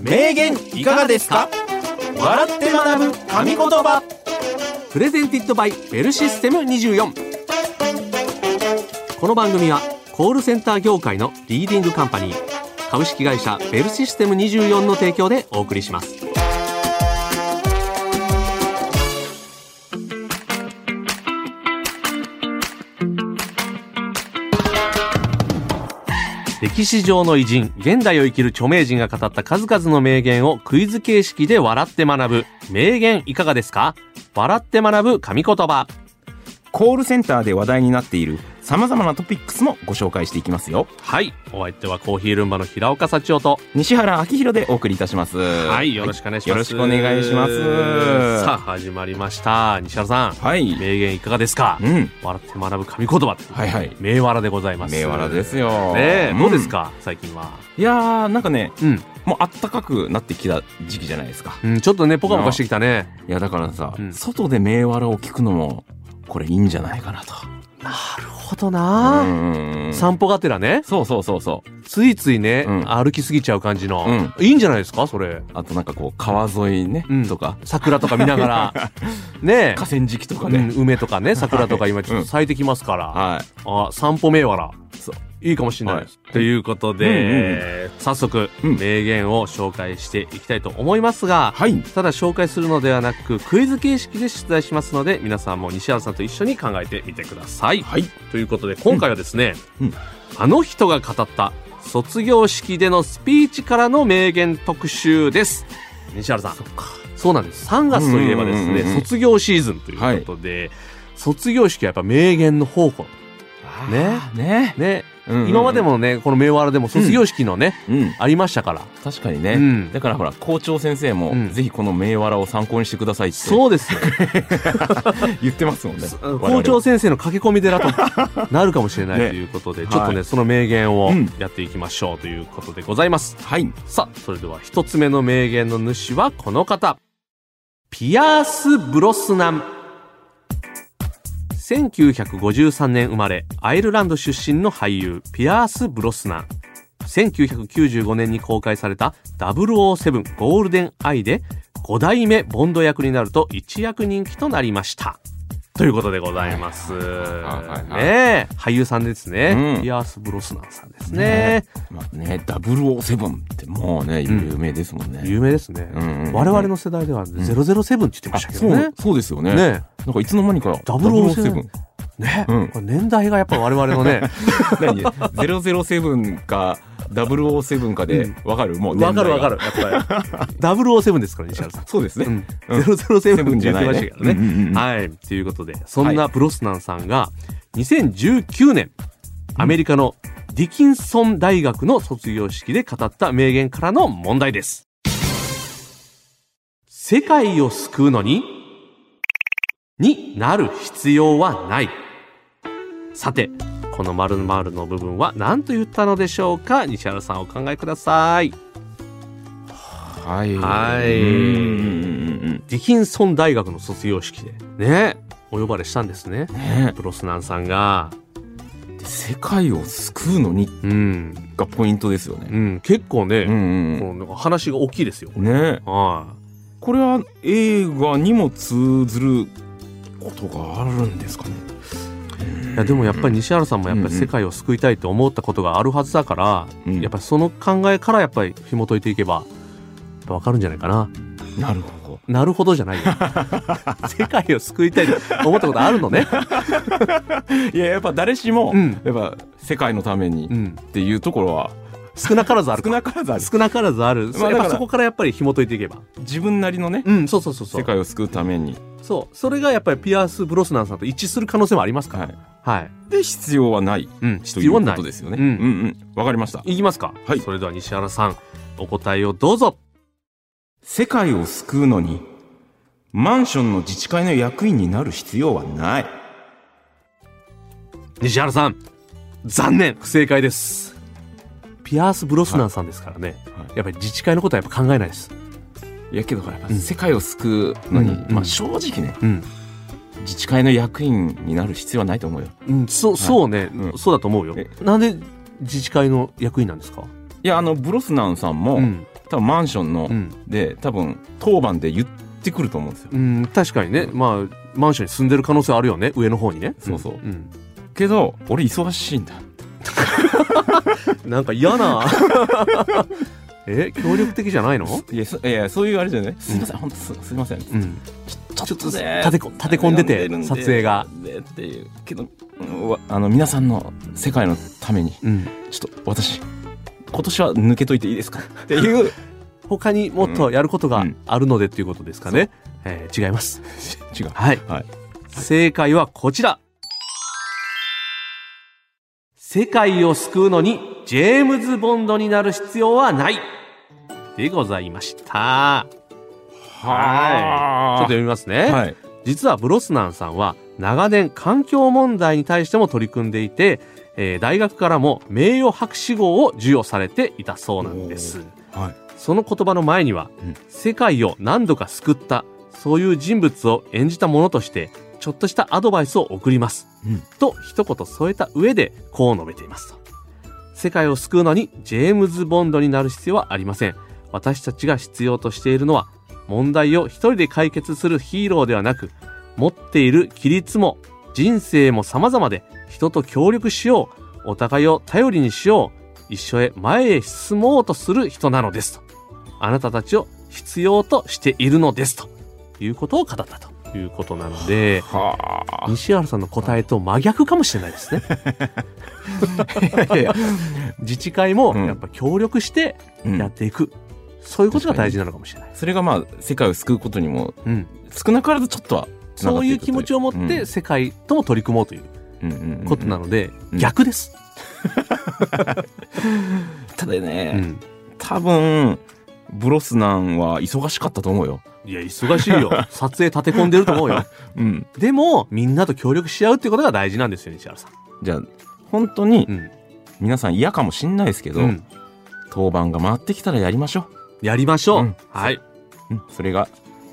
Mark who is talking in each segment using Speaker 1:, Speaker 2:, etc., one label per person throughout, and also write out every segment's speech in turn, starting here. Speaker 1: 名言いかがですか笑って学ぶ神言葉
Speaker 2: プレゼンティッドバイベルシステム24この番組はコールセンター業界のリーディングカンパニー株式会社ベルシステム24の提供でお送りします歴史上の偉人、現代を生きる著名人が語った数々の名言をクイズ形式で笑って学ぶ。名言いかがですか笑って学ぶ神言葉。
Speaker 1: コールセンターで話題になっている様々なトピックスもご紹介していきますよ
Speaker 2: はい。お相手はコーヒールンバの平岡幸男と。
Speaker 1: 西原明宏でお送りいたします
Speaker 2: はい。よろしくお願いします。
Speaker 1: よろしくお願いします
Speaker 2: さあ、始まりました。西原さん。
Speaker 1: はい
Speaker 2: 名言いかがですか
Speaker 1: うん
Speaker 2: 笑って学ぶ神言葉。
Speaker 1: はいはい
Speaker 2: 名笑でございます。
Speaker 1: 銘柄です
Speaker 2: よ。
Speaker 1: よ
Speaker 2: ねえ、
Speaker 1: ん
Speaker 2: どうですか最近は。
Speaker 1: いやーなんかね
Speaker 2: うん。
Speaker 1: もうあったかくなってきた時期じゃないですか
Speaker 2: うん、ちょっとね、ポカポカしてきたね。
Speaker 1: いやだからさ、
Speaker 2: うん
Speaker 1: 外で銘柄を聞くのもこれいいんじゃないかなと
Speaker 2: なるほどな
Speaker 1: うんうんうん
Speaker 2: 散歩がてらね、
Speaker 1: そうそうそうそう
Speaker 2: ついついね、
Speaker 1: うん
Speaker 2: 歩きすぎちゃう感じの、いいんじゃないですかそれ。
Speaker 1: あとなんかこう川沿いね、
Speaker 2: うん
Speaker 1: とか
Speaker 2: 桜とか見なが ら、ね
Speaker 1: 河川敷とか
Speaker 2: え、
Speaker 1: ね、
Speaker 2: うん梅とかね、桜とか今ちょっと咲いてきますから、
Speaker 1: はい
Speaker 2: あ、散歩銘柄
Speaker 1: そう。
Speaker 2: いいかもしれないです。
Speaker 1: はい
Speaker 2: ということで、早速、
Speaker 1: うん
Speaker 2: 名言を紹介していきたいと思いますが、
Speaker 1: はい
Speaker 2: ただ紹介するのではなく、クイズ形式で出題しますので、皆さんも西原さんと一緒に考えてみてください。
Speaker 1: はい
Speaker 2: ということで、今回はですね、
Speaker 1: うんうん
Speaker 2: あの人が語った卒業式でのスピーチからの名言特集です。西原さん。そうなんです。3月といえばです
Speaker 1: うんうんうんう
Speaker 2: ね、
Speaker 1: ん
Speaker 2: 卒業シーズンということで、卒業式はやっぱ名言の宝庫。ね
Speaker 1: ねね、
Speaker 2: ね、
Speaker 1: うんうんうん
Speaker 2: 今までもね、この名笑でも卒業式のね、
Speaker 1: うん
Speaker 2: ありましたから。
Speaker 1: 確かにね、
Speaker 2: うん
Speaker 1: だからほら校長先生も、
Speaker 2: うん
Speaker 1: ぜひこの銘柄を参考にしてくださいって
Speaker 2: そうですよ。
Speaker 1: 言ってますもんね
Speaker 2: 校長先生の駆け込み寺と なるかもしれないと
Speaker 1: ね
Speaker 2: いうことで、
Speaker 1: はい
Speaker 2: ちょっとね、その名言を
Speaker 1: うん
Speaker 2: やっていきましょうということでございます。
Speaker 1: はい
Speaker 2: さあ、それでは一つ目の名言の主はこの方。ピアース・ブロスナン。1953年生まれ、アイルランド出身の俳優、ピアース・ブロスナン。1995年に公開された007ゴールデンアイで5代目ボンド役になると一躍人気となりました。ということでございます。ね
Speaker 1: はいはい
Speaker 2: え、俳優さんですね。
Speaker 1: うん
Speaker 2: ピアース・ブロスナンさんですね
Speaker 1: ねまあね007ってもうね
Speaker 2: ん
Speaker 1: 有名ですもんね、
Speaker 2: 有名ですね、
Speaker 1: うんうん
Speaker 2: 我々の世代では007って言ってま
Speaker 1: あ
Speaker 2: したけ
Speaker 1: そ
Speaker 2: どね
Speaker 1: う。そうですよね
Speaker 2: ね
Speaker 1: なんかいつの間にか
Speaker 2: 007ね、
Speaker 1: うん
Speaker 2: これ年代がやっぱ我々の ね、
Speaker 1: 何007か007かでわかる、もう
Speaker 2: わかるわか
Speaker 1: る
Speaker 2: る、やっぱ り。007ですから、西原さん。
Speaker 1: そうですね、
Speaker 2: うん、
Speaker 1: うん
Speaker 2: 007って言ってましたけどね。
Speaker 1: うんうんうん
Speaker 2: はい。ということで、そんなブロスナンさんが、2019年、アメリカのディキンソン大学の卒業式で語った名言からの問題です。世界を救うのに、になる必要はない。さて、この〇〇の部分は何と言ったのでしょうか西原さんお考えください。
Speaker 1: はい
Speaker 2: はい
Speaker 1: うんうんうんうん
Speaker 2: ディキンソン大学の卒業式でねお呼ばれしたんですね
Speaker 1: ね
Speaker 2: ブロスナンさんが
Speaker 1: で世界を救うのに
Speaker 2: うん、
Speaker 1: がポイントですよね
Speaker 2: う。ん、結構
Speaker 1: うん
Speaker 2: ね、
Speaker 1: うん
Speaker 2: この話が大きいですよ
Speaker 1: うん、ね
Speaker 2: は
Speaker 1: これは映画にも通ずることがあるんですかね。
Speaker 2: いいやでもやっぱり西原さんもやっぱり世界を救いたいと思ったことがあるはずだから、
Speaker 1: うん
Speaker 2: やっぱりその考えからやっぱり紐解いていけばやっぱ分かるんじゃないかな
Speaker 1: なるほ
Speaker 2: なるほどじゃ ないよ世界を救いたいと思ったことあるのね、
Speaker 1: ど。いややっぱ誰しも、
Speaker 2: うん
Speaker 1: やっぱ世界のために
Speaker 2: う
Speaker 1: っ
Speaker 2: ん、
Speaker 1: ていうところは
Speaker 2: 少なからずある
Speaker 1: 少なからずある。
Speaker 2: 少なからずある、
Speaker 1: まあだから
Speaker 2: やっぱそこからやっぱり紐解いていけば
Speaker 1: 自分なりのね
Speaker 2: うんそうそうそうそう
Speaker 1: 世界を救うために、
Speaker 2: そう。それがやっぱりピアース・ブロスナンさんと一致する可能性もありますから。
Speaker 1: は
Speaker 2: はい。
Speaker 1: い、で必要はない
Speaker 2: うん。
Speaker 1: と
Speaker 2: 必
Speaker 1: いう
Speaker 2: 要
Speaker 1: こ
Speaker 2: ない
Speaker 1: と。ですよね。
Speaker 2: う
Speaker 1: うんんうんわかりました。
Speaker 2: いきますか。
Speaker 1: はい
Speaker 2: それでは西原さん、お答えをどうぞ。
Speaker 1: 世界を救うのにマンションの自治会の役員になる必要はない。
Speaker 2: 西原さん、残念。不正解です。ピアース・ブロスナンさんですからね。
Speaker 1: はい
Speaker 2: やっぱり自治会のことはやっぱ考えないです。
Speaker 1: いやけどほらやっぱ世界を救うのに、
Speaker 2: うんうん
Speaker 1: まあ正直ね
Speaker 2: うん。
Speaker 1: 自治会の役員になる必要はないと思うよ。
Speaker 2: うん、そう、そうね、
Speaker 1: うん
Speaker 2: そうだと思うよ
Speaker 1: え。
Speaker 2: なんで自治会の役員なんですか
Speaker 1: いやあのブロスナンさんも、
Speaker 2: うん
Speaker 1: 多分マンションの、
Speaker 2: うん
Speaker 1: で多分当番で言ってくると思うんですよ
Speaker 2: うん確かにねまあマンションに住んでる可能性あるよね上の方にね
Speaker 1: そうそうんけど俺忙しいんだ
Speaker 2: うんなんか嫌な え協力的じゃないの
Speaker 1: いやそいやそういうあれじゃないすいません、本当すすいません
Speaker 2: うん
Speaker 1: ちょっとね
Speaker 2: 立てこ立て込んでて
Speaker 1: 悩んるんで
Speaker 2: 撮影が
Speaker 1: でっていうけどうんわあの皆さんの世界のために
Speaker 2: うん
Speaker 1: ちょっと私今年は抜けといていいですかって いう
Speaker 2: 他にもっとやることがあるのでっていうことですかね、えー違います
Speaker 1: 違う
Speaker 2: はい、
Speaker 1: はい
Speaker 2: 正解はこちら世界を救うのにジェームズ・ボンドになる必要はないでございましたはいちょっと
Speaker 1: ち
Speaker 2: 読
Speaker 1: ょっ
Speaker 2: みますね、
Speaker 1: とはい
Speaker 2: 実はブロスナンさんは長年環境問題に対しても取り組んでいて、えー大学からも名誉博士号を授与されていたそうなんです
Speaker 1: はい
Speaker 2: その言葉の前には、
Speaker 1: うん
Speaker 2: 世界を何度か救った、そういう人物を演じたものとして、ちょっとしたアドバイスを送ります。
Speaker 1: うん
Speaker 2: と一言添えた上で、こう述べていますと。世界を救うのに、ジェームズ・ボンドになる必要はありません。私たちが必要としているのは、問題を一人で解決するヒーローではなく、持っている規律も人生も様々で、人と協力しよう、お互いを頼りにしよう、一緒へ前へ進もうとする人なのですと。あなたたちを必要としているのですということを語ったということなので、
Speaker 1: はあ
Speaker 2: 西原さんの答えと真逆かもしれないです ね。いやいや自治会も
Speaker 1: うん
Speaker 2: やっぱ協力して
Speaker 1: うん
Speaker 2: やっていく、そういうことが大事なのかもしれない。
Speaker 1: それがまあ世界を救うことにも
Speaker 2: うん、
Speaker 1: 少なからずちょっとは繋
Speaker 2: そ
Speaker 1: がっ
Speaker 2: う
Speaker 1: て
Speaker 2: いう
Speaker 1: く
Speaker 2: 気持ちを持っ
Speaker 1: う
Speaker 2: て
Speaker 1: ん
Speaker 2: 世界とも取り組もうという
Speaker 1: うんうんうんうん
Speaker 2: ことなので、
Speaker 1: うん
Speaker 2: 逆です。
Speaker 1: ただね、
Speaker 2: うん
Speaker 1: 多分ブロスナンは忙しかったと思うよ
Speaker 2: いや、忙しい よ。撮影立て込んでると思うよ。
Speaker 1: うん
Speaker 2: でも、みんなと協力し合うっていうことが大事なんですよ、西原さん。
Speaker 1: じゃあ本当に
Speaker 2: うん。
Speaker 1: 皆さん嫌かもしんないですけど、
Speaker 2: うん
Speaker 1: 当番が回ってきたらやりましょ
Speaker 2: やりましょう。
Speaker 1: うん
Speaker 2: はい。
Speaker 1: う、うん、それが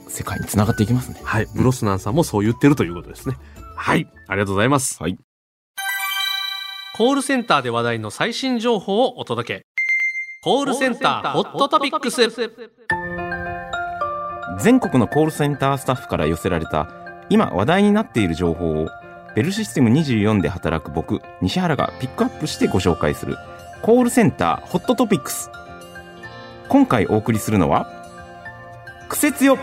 Speaker 1: 世界につながっていきますね
Speaker 2: はい。ブロスナンさんもそう言ってるということですね。はい。ありがとうございます。
Speaker 1: はい
Speaker 2: コールセンターで話題の最新情報をお届け。コールセンターホットトピックス。
Speaker 1: 全国のコールセンタースタッフから寄せられた今話題になっている情報をベルシステム24で働く僕西原がピックアップしてご紹介するコールセンターホットトピックス今回お送りするのはクセ強フ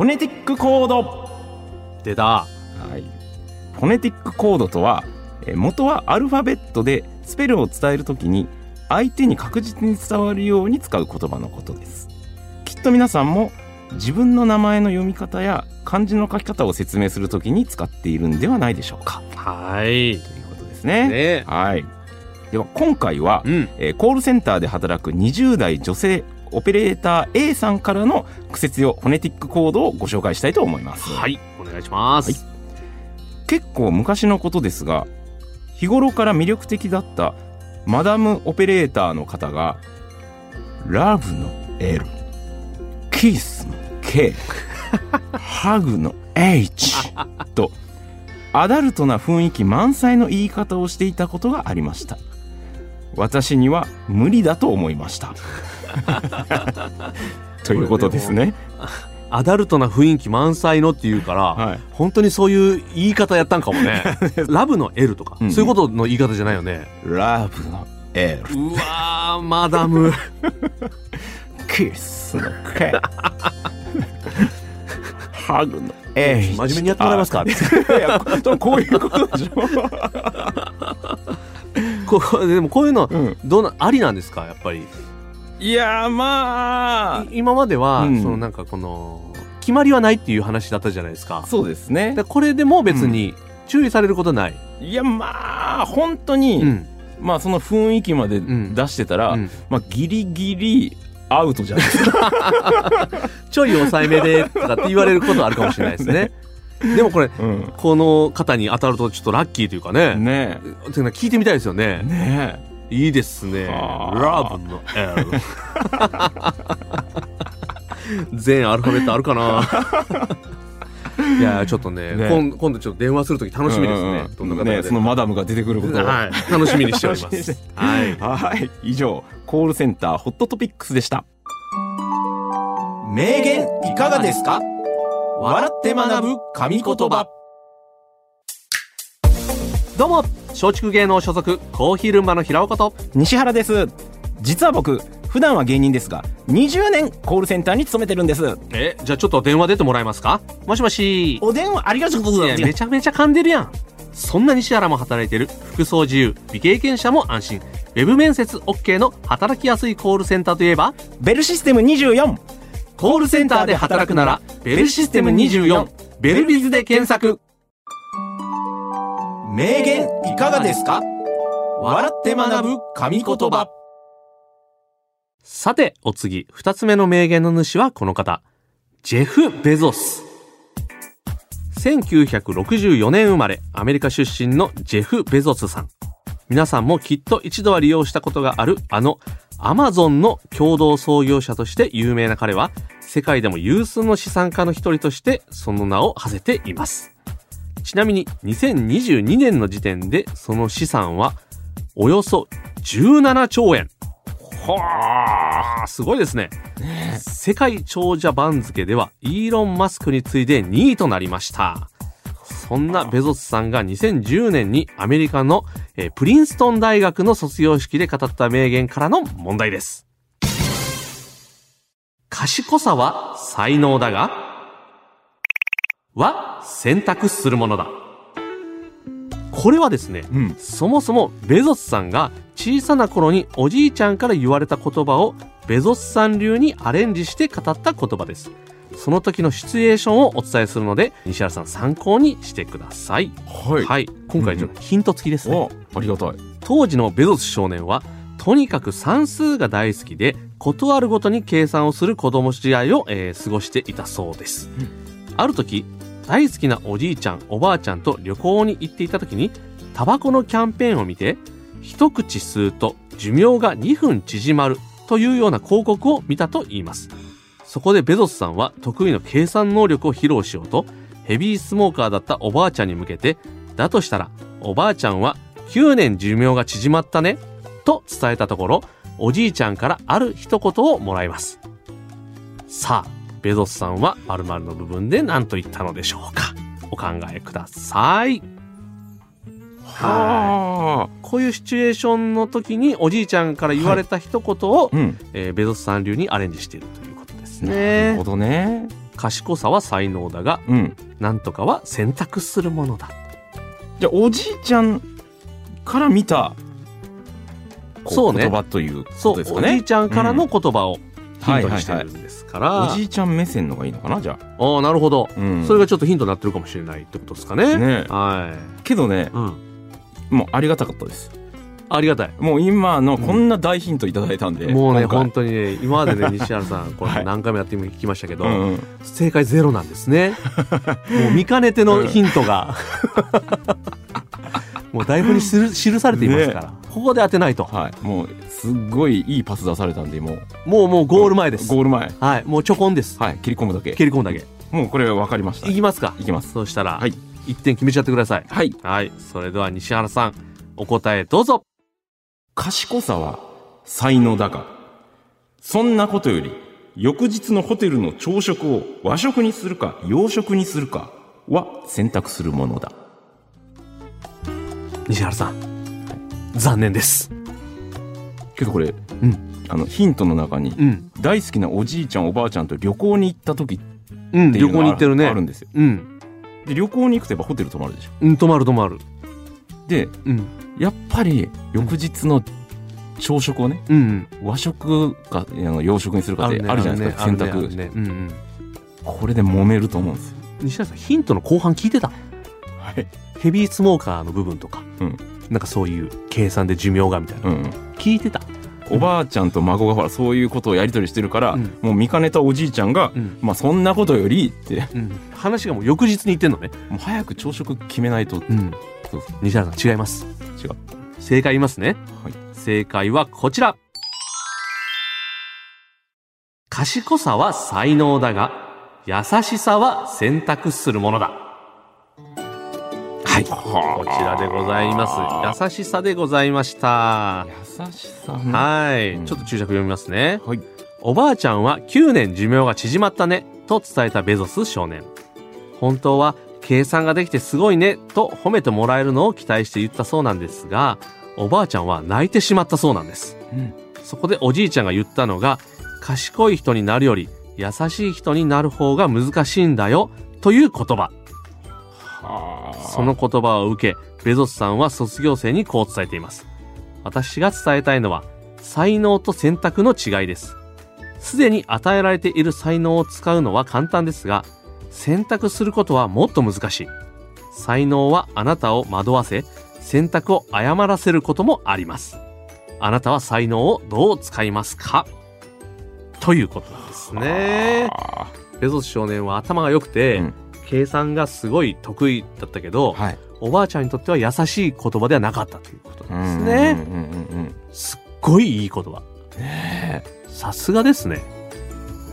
Speaker 1: ォネティックコード
Speaker 2: でだ。
Speaker 1: はい、フォネティックコードとはえー元はアルファベットでスペルを伝えるときに相手に確実に伝わるように使う言葉のことですきっと皆さんも自分の名前の読み方や漢字の書き方を説明するときに使っているんではないでしょうか
Speaker 2: はい。
Speaker 1: ということですね
Speaker 2: ね
Speaker 1: はいでは今回は、
Speaker 2: うん。
Speaker 1: えーコールセンターで働く20代女性オペレーター A さんからの苦節用フォネティックコードをご紹介したいと思います
Speaker 2: はい。お願いします。
Speaker 1: 結構昔のことですが日頃から魅力的だったマダムオペレーターの方がラブの L キスの K ハグの H とアダルトな雰囲気満載の言い方をしていたことがありました私には無理だと思いました ということですね
Speaker 2: アダルトな雰囲気満載のっていうから、
Speaker 1: はい
Speaker 2: 本当にそういう言い方やったんかも ね。ラブの L とか、
Speaker 1: うん
Speaker 2: そういうことの言い方じゃないよね。
Speaker 1: ラブの L
Speaker 2: うわー、マダム。
Speaker 1: キスの毛ハグのえ
Speaker 2: 真面目にやってもらえますか
Speaker 1: いやここういうことでしょ、
Speaker 2: こうでもこういうの、
Speaker 1: うん、
Speaker 2: どうな、ありなんですかやっぱり。
Speaker 1: いやーま
Speaker 2: い今までは、
Speaker 1: うん
Speaker 2: そのなんかこの、決まりはないっていう話だったじゃないですか
Speaker 1: あ。そうですね
Speaker 2: でこれでも別に注意されることない。
Speaker 1: いやまあ本当
Speaker 2: う
Speaker 1: に、
Speaker 2: ん。
Speaker 1: まあその雰囲気まで
Speaker 2: ん
Speaker 1: 出してたら、
Speaker 2: うん
Speaker 1: まあギリギリアウトじゃないですか
Speaker 2: ちょい抑えめで、とかって言われることあるかもしれないですね。 でもこれ、
Speaker 1: うん
Speaker 2: この方に当たるとちょっとラッキーというかね。
Speaker 1: ね
Speaker 2: てか聞いてみたいですよね。
Speaker 1: えねえ
Speaker 2: いいですね。ラ
Speaker 1: はあ
Speaker 2: ブの L。全アルファベットあるか ないやちょっとね
Speaker 1: ね
Speaker 2: 今今度ちょっと電話するとき楽しみですね。
Speaker 1: うんうん
Speaker 2: どんな方
Speaker 1: ね
Speaker 2: が
Speaker 1: え
Speaker 2: 出
Speaker 1: そ
Speaker 2: る
Speaker 1: の
Speaker 2: か
Speaker 1: マダムが出てくることを
Speaker 2: はい、楽しみにしておりま
Speaker 1: 楽しみにし
Speaker 2: す。はい。
Speaker 1: はい以上「コールセンターホットトピックスでした名言いかがですか笑って学ぶ神言葉
Speaker 2: どうも松竹芸能所属コーヒールンバの平岡と
Speaker 1: 西原です実は僕普段は芸人ですが20年コールセンターに勤めてるんです
Speaker 2: えじゃあちょっと電話出てもらえますかもしもし
Speaker 1: お電話ありがとうご
Speaker 2: い
Speaker 1: ざい
Speaker 2: や
Speaker 1: ま
Speaker 2: め
Speaker 1: す
Speaker 2: ちゃめちゃ噛んでるやんそんな西原も働いてる服装自由未経験者も安心ウェブ面接 OK の働きやすいコールセンターといえば
Speaker 1: ベルシステム24
Speaker 2: コールセンターで働くならベルシステム24ベルビズで検索
Speaker 1: 名言いかがですか笑って学ぶ神言葉
Speaker 2: さてお次二つ目の名言の主はこの方ジェフ・ベゾス1964年生まれアメリカ出身のジェフ・ベゾスさん皆さんもきっと一度は利用したことがあるあのアマゾンの共同創業者として有名な彼は世界でも有数の資産家の一人としてその名を馳せていますちなみに2022年の時点でその資産はおよそ17兆円はあすごいですね世界長者番付ではイーロン・マスクに次いで2位となりましたそんなベゾスさんが2010年にアメリカのえープリンストン大学の卒業式で語った名言からの問題です賢さは才能だがは選択するものだこれはですね、
Speaker 1: うん
Speaker 2: そもそもベゾスさんが小さな頃におじいちゃんから言われた言葉をベゾスさん流にアレンジして語った言葉です。その時のシチュエーションをお伝えするので、西原さん参考にしてください。
Speaker 1: は
Speaker 2: はい、今回ちょっとヒント付きですね。
Speaker 1: おありがたい
Speaker 2: 当時のベゾス少年はとにかく算数が大好きで事あるごとに計算をする子供時代を、えー過ごしていたそうです、
Speaker 1: うん
Speaker 2: ある時大好きなおじいちゃんおばあちゃんと旅行に行っていた時にタバコのキャンペーンを見て一口吸うと寿命が2分縮まるというような広告を見たと言いますそこでベゾスさんは得意の計算能力を披露しようとヘビースモーカーだったおばあちゃんに向けてだとしたらおばあちゃんは9年寿命が縮まったねと伝えたところおじいちゃんからある一言をもらいますさあベゾスさんは〇〇の部分で何と言ったのでしょうかお考えください
Speaker 1: は
Speaker 2: こういうシチュエーションの時におじいちゃんから言われた一言を、
Speaker 1: あうん
Speaker 2: えーベゾスさん流にアレンジしているということです
Speaker 1: なる
Speaker 2: ね
Speaker 1: ほどね
Speaker 2: 賢さは才能だが
Speaker 1: うん
Speaker 2: 何とかは選択するものだ
Speaker 1: じゃあおじいちゃんから見たこ
Speaker 2: そうね
Speaker 1: 言葉というこ
Speaker 2: そ
Speaker 1: と
Speaker 2: う、
Speaker 1: です
Speaker 2: お
Speaker 1: か
Speaker 2: じい
Speaker 1: ね
Speaker 2: ちゃんからの言葉をヒントにして
Speaker 1: はいはい
Speaker 2: る
Speaker 1: は
Speaker 2: んですから、
Speaker 1: おじいちゃん目線のがいいのかなじゃあ、
Speaker 2: ああなるほど、
Speaker 1: うん、
Speaker 2: それがちょっとヒントになってるかもしれないってことですかね
Speaker 1: ね
Speaker 2: は
Speaker 1: けどね
Speaker 2: い、うん、
Speaker 1: もうありがたかったです
Speaker 2: ありがたい
Speaker 1: もう今のこんな大ヒントいただいたんで、
Speaker 2: もうね
Speaker 1: 今回
Speaker 2: 本当にね今ま でね西原さんこ
Speaker 1: は
Speaker 2: れ
Speaker 1: い
Speaker 2: 何回もやってきましたけど、
Speaker 1: うんうん
Speaker 2: 正解ゼロなんです ねもう見かねてのヒントが もう台本に記る記されていますから、ここで当てないと
Speaker 1: はいもうすっごいいいパス出されたんでもう
Speaker 2: もうもうゴール前です、
Speaker 1: ゴール前
Speaker 2: はいもうちょこんです、
Speaker 1: はい切り込むだけ
Speaker 2: 蹴り込んだけ
Speaker 1: もうこれ分かりました
Speaker 2: いきますか
Speaker 1: いきます
Speaker 2: そうしたら、
Speaker 1: はい
Speaker 2: 一点決めちゃってください
Speaker 1: はい
Speaker 2: はいそれでは西原さんお答えどうぞ
Speaker 1: 賢さは才能だがそんなことより翌日のホテルの朝食を和食にするか洋食にするかは選択するものだ
Speaker 2: 西原さん残念です
Speaker 1: けどこれ、
Speaker 2: うん
Speaker 1: あのヒントの中に、
Speaker 2: うん
Speaker 1: 大好きなおじいちゃんおばあちゃんと旅行に行った時っ
Speaker 2: うん
Speaker 1: ていう
Speaker 2: 旅
Speaker 1: の
Speaker 2: 行
Speaker 1: が
Speaker 2: に行ってるね
Speaker 1: あるんですよ
Speaker 2: うん
Speaker 1: で旅行に行くとやっぱホテル泊まるでしょ
Speaker 2: うん泊まる泊まる
Speaker 1: で
Speaker 2: うん
Speaker 1: やっぱり翌日の朝食をね
Speaker 2: うん
Speaker 1: 和食かあの洋食にするかってあるじゃないですか、選択、
Speaker 2: ねうんうん
Speaker 1: これで揉めると思うんですよ
Speaker 2: 西原さんヒントの後半聞いてた
Speaker 1: はい
Speaker 2: ヘビースモーカーの部分とか、
Speaker 1: うん
Speaker 2: なんかそういう計算で寿命がみたいな、
Speaker 1: うんうん
Speaker 2: 聞いてた、
Speaker 1: おばあちゃんと孫がほらそういうことをやり取りしてるから、
Speaker 2: うん
Speaker 1: もう見かねたおじいちゃんが、
Speaker 2: うん
Speaker 1: まあそんなことよりって
Speaker 2: うん、話がもう翌日に行ってんのね、
Speaker 1: もう早く朝食決めないと、
Speaker 2: うん
Speaker 1: そうそ
Speaker 2: 西原さん違います
Speaker 1: う違う
Speaker 2: 正解言いますね
Speaker 1: はい
Speaker 2: 正解はこちら賢さは才能だが優しさは選択するものだはい。
Speaker 1: はあ
Speaker 2: こちらでございます。優しさでございました。
Speaker 1: 優しさ
Speaker 2: はい、
Speaker 1: うん
Speaker 2: ちょっと注釈読みますね。
Speaker 1: はい
Speaker 2: おばあちゃんは9年寿命が縮まったね、と伝えたベゾス少年。本当は、計算ができてすごいね、と褒めてもらえるのを期待して言ったそうなんですが、おばあちゃんは泣いてしまったそうなんです。
Speaker 1: うん
Speaker 2: そこでおじいちゃんが言ったのが、賢い人になるより、優しい人になる方が難しいんだよ、という言葉。
Speaker 1: はあ
Speaker 2: その言葉を受け、ベゾスさんは卒業生にこう伝えています。私が伝えたいのは、才能と選択の違いです。すでに与えられている才能を使うのは簡単ですが、選択することはもっと難しい。才能はあなたを惑わせ、選択を誤らせることもあります。あなたは才能をどう使いますかということなんですね。
Speaker 1: は
Speaker 2: ベゾス少年は頭が良くて、
Speaker 1: うん
Speaker 2: 計算がすごい得意だったけど、
Speaker 1: あはい
Speaker 2: おばあちゃんにとっては優しい言葉ではなかったということなんですね。
Speaker 1: うんうんうんうん
Speaker 2: すっごいいい言葉。
Speaker 1: ね
Speaker 2: さすがですね。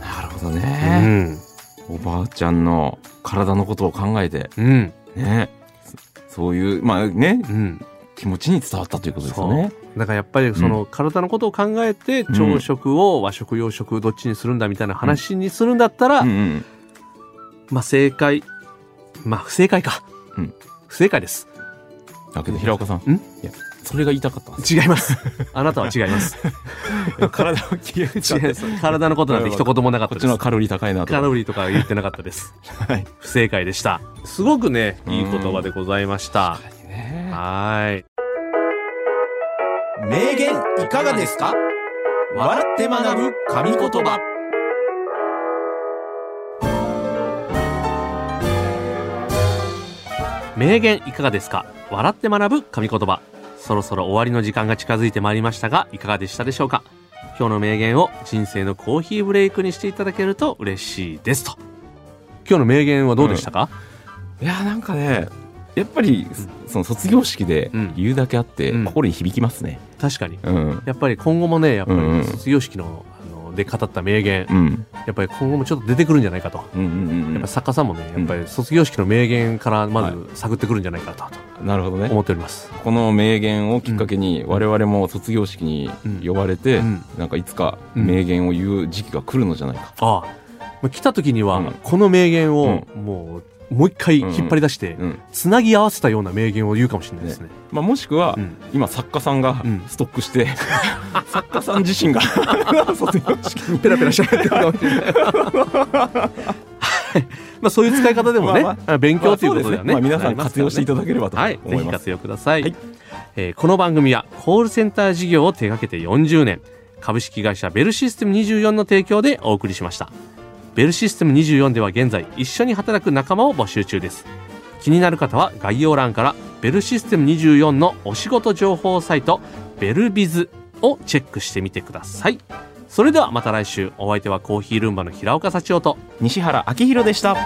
Speaker 1: えなるほどね、おばあちゃんの体のことを考えて
Speaker 2: うん。うん。
Speaker 1: ねそそういうまあね
Speaker 2: うん。
Speaker 1: 気持ちに伝わったということですよね
Speaker 2: だからやっぱりその体のことを考えて
Speaker 1: うん
Speaker 2: 朝食を和食洋食どっちにするんだみたいな話にするんだったら、
Speaker 1: うんうん
Speaker 2: まあ正解、まあ不正解か。
Speaker 1: うん
Speaker 2: 不正解です。
Speaker 1: だけど平岡さん
Speaker 2: ん
Speaker 1: いやそれが言いたかったんです
Speaker 2: 違い ます。あなたは違います。
Speaker 1: よ 体を気合い
Speaker 2: 違います。体のことなんて一言もなかっ
Speaker 1: こ
Speaker 2: た
Speaker 1: っ
Speaker 2: で
Speaker 1: ちの
Speaker 2: す
Speaker 1: 方が。カロリー高いなと
Speaker 2: カ
Speaker 1: か
Speaker 2: ロリーとかは言ってなかったです。
Speaker 1: はい
Speaker 2: 不正解でした。すごくね、いい言葉でございました。
Speaker 1: ね
Speaker 2: はい。
Speaker 1: 名言いかがですか笑って学ぶ神言葉
Speaker 2: 名言いかがですか笑って学ぶ神言葉。そろそろ終わりの時間が近づいてまいりましたが、いかがでしたでしょうか今日の名言を人生のコーヒーブレイクにしていただけると嬉しいですと。今日の名言はどうでしたか、
Speaker 1: いやなんかねやっぱりその卒業式で
Speaker 2: うん
Speaker 1: 言うだけあって
Speaker 2: うん
Speaker 1: 心に響きますね
Speaker 2: 確かに。
Speaker 1: うん
Speaker 2: やっぱり今後もね、やっぱ
Speaker 1: うんうん
Speaker 2: り卒業式の、あの、で語った名言、
Speaker 1: うん
Speaker 2: やっぱり今後もちょっと出てくるんじゃないかと。
Speaker 1: うんうんうん
Speaker 2: やっぱ作家さんもね、
Speaker 1: うん
Speaker 2: やっぱり卒業式の名言からま
Speaker 1: は
Speaker 2: ず探ってくるんじゃないかなと
Speaker 1: うんなるほどね
Speaker 2: 思っております。
Speaker 1: この名言をきっかけに我々も卒業式に呼ばれて
Speaker 2: うん
Speaker 1: なんかいつか名言を言う時期が来るのじゃないか
Speaker 2: ああ、まあ、来た時には、
Speaker 1: うん
Speaker 2: この名言をもう、もう一回引っ張り出して、
Speaker 1: うん
Speaker 2: つなぎ合わせたような名言を言うかもしれないですね。
Speaker 1: まあもしくは
Speaker 2: うん
Speaker 1: 今作家さんが
Speaker 2: うん
Speaker 1: ストックして 作家さん自身が 卒業式に
Speaker 2: ペラペラしゃべってるかもしれない。まあそういう使い方でもね、
Speaker 1: まあ
Speaker 2: 勉強ということではね。
Speaker 1: まあそうですねまあ皆さん活用していただければと
Speaker 2: はい、
Speaker 1: 思
Speaker 2: ぜ
Speaker 1: い
Speaker 2: ひ
Speaker 1: ます
Speaker 2: 活用ください。
Speaker 1: はい
Speaker 2: えーこの番組はコールセンター事業を手掛けて40年、株式会社ベルシステム24の提供でお送りしました。ベルシステム24では現在一緒に働く仲間を募集中です。気になる方は概要欄からベルシステム24のお仕事情報サイトベルビズをチェックしてみてください。それではまた来週お相手はコーヒールンバの平岡幸男と
Speaker 1: 西原明宏でした